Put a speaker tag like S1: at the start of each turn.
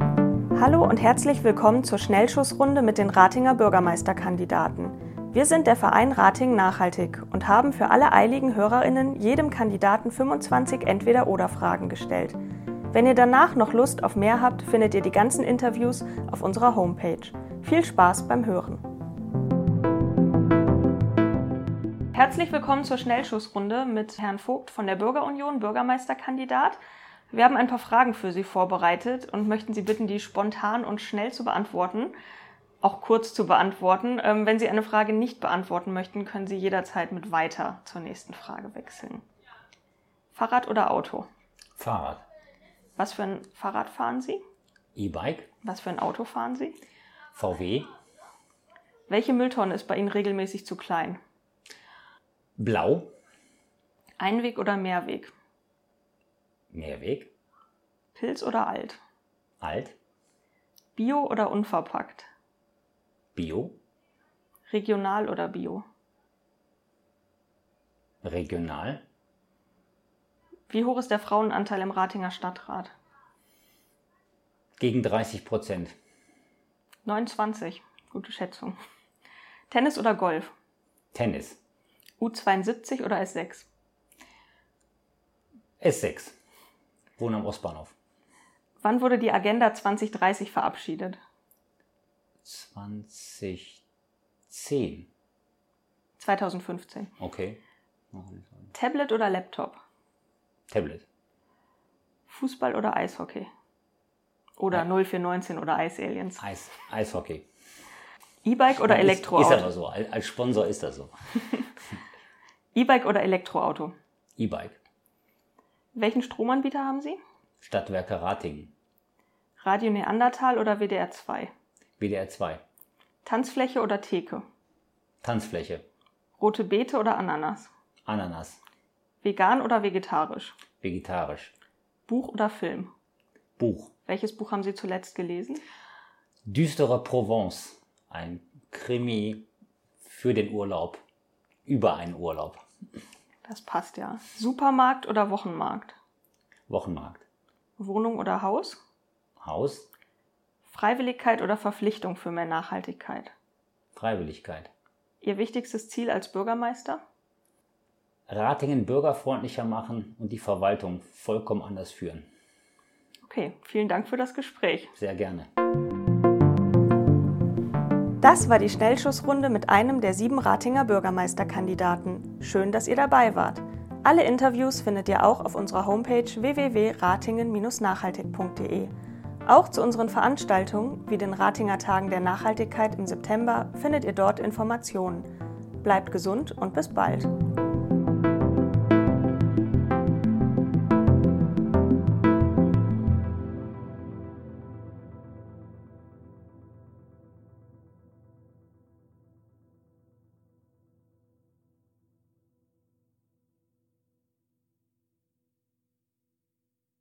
S1: Hallo und herzlich willkommen zur Schnellschussrunde mit den Ratinger Bürgermeisterkandidaten. Wir sind der Verein Rating Nachhaltig und haben für alle eiligen Hörerinnen jedem Kandidaten 25 Entweder-oder-Fragen gestellt. Wenn ihr danach noch Lust auf mehr habt, findet ihr die ganzen Interviews auf unserer Homepage. Viel Spaß beim Hören. Herzlich willkommen zur Schnellschussrunde mit Herrn Vogt von der Bürgerunion, Bürgermeisterkandidat. Wir haben ein paar Fragen für Sie vorbereitet und möchten Sie bitten, die spontan und schnell zu beantworten, auch kurz zu beantworten. Ähm, wenn Sie eine Frage nicht beantworten möchten, können Sie jederzeit mit weiter zur nächsten Frage wechseln. Fahrrad oder Auto?
S2: Fahrrad,
S1: Was für ein Fahrrad fahren Sie?
S2: E-Bike,
S1: Was für ein Auto fahren Sie?
S2: VW,
S1: Welche Mülltonne ist bei Ihnen regelmäßig zu klein?
S2: Blau,
S1: Einweg oder Mehrweg?
S2: Mehrweg,
S1: Pilz oder alt?
S2: Alt,
S1: Bio oder unverpackt?
S2: Bio,
S1: Regional oder Bio?
S2: Regional,
S1: Wie hoch ist der Frauenanteil im Ratinger Stadtrat?
S2: gegen 30 Prozent.
S1: 29. Gute Schätzung. Tennis oder Golf?
S2: Tennis,
S1: U72 oder S6?
S2: S6, wohne am Ostbahnhof.
S1: Wann wurde die Agenda 2030 verabschiedet?
S2: 2010,
S1: 2015.
S2: okay.
S1: Tablet oder Laptop?
S2: Tablet,
S1: Fußball oder Eishockey? Oder 0419 oder Ice Aliens?
S2: Eis, Eishockey.
S1: E-Bike oder
S2: Ist, ist aber
S1: Elektroauto?
S2: so, als als Sponsor ist das so.
S1: E-Bike oder Elektroauto?
S2: E-Bike,
S1: Welchen Stromanbieter haben Sie?
S2: Stadtwerke Ratingen,
S1: Radio Neandertal oder WDR 2?
S2: WDR 2,
S1: Tanzfläche oder Theke?
S2: Tanzfläche,
S1: Rote Beete oder Ananas?
S2: Ananas,
S1: Vegan oder vegetarisch?
S2: vegetarisch,
S1: Buch oder Film?
S2: Buch,
S1: Welches Buch haben Sie zuletzt gelesen?
S2: Düstere Provence, ein Krimi für den Urlaub, über einen Urlaub,
S1: Das passt ja. Supermarkt oder Wochenmarkt?
S2: Wochenmarkt,
S1: Wohnung oder Haus?
S2: Haus,
S1: Freiwilligkeit oder Verpflichtung für mehr Nachhaltigkeit?
S2: Freiwilligkeit.
S1: Ihr wichtigstes Ziel als Bürgermeister?
S2: Ratingen bürgerfreundlicher machen und die Verwaltung vollkommen anders führen.
S1: Okay, vielen Dank für das Gespräch.
S2: Sehr gerne.
S1: Das war die Schnellschussrunde mit einem der sieben Ratinger Bürgermeisterkandidaten. Schön, dass ihr dabei wart. Alle Interviews findet ihr auch auf unserer Homepage www.ratingen-nachhaltig.de. Auch zu unseren Veranstaltungen, wie den Ratinger Tagen der Nachhaltigkeit im September, findet ihr dort Informationen. Bleibt gesund und bis bald.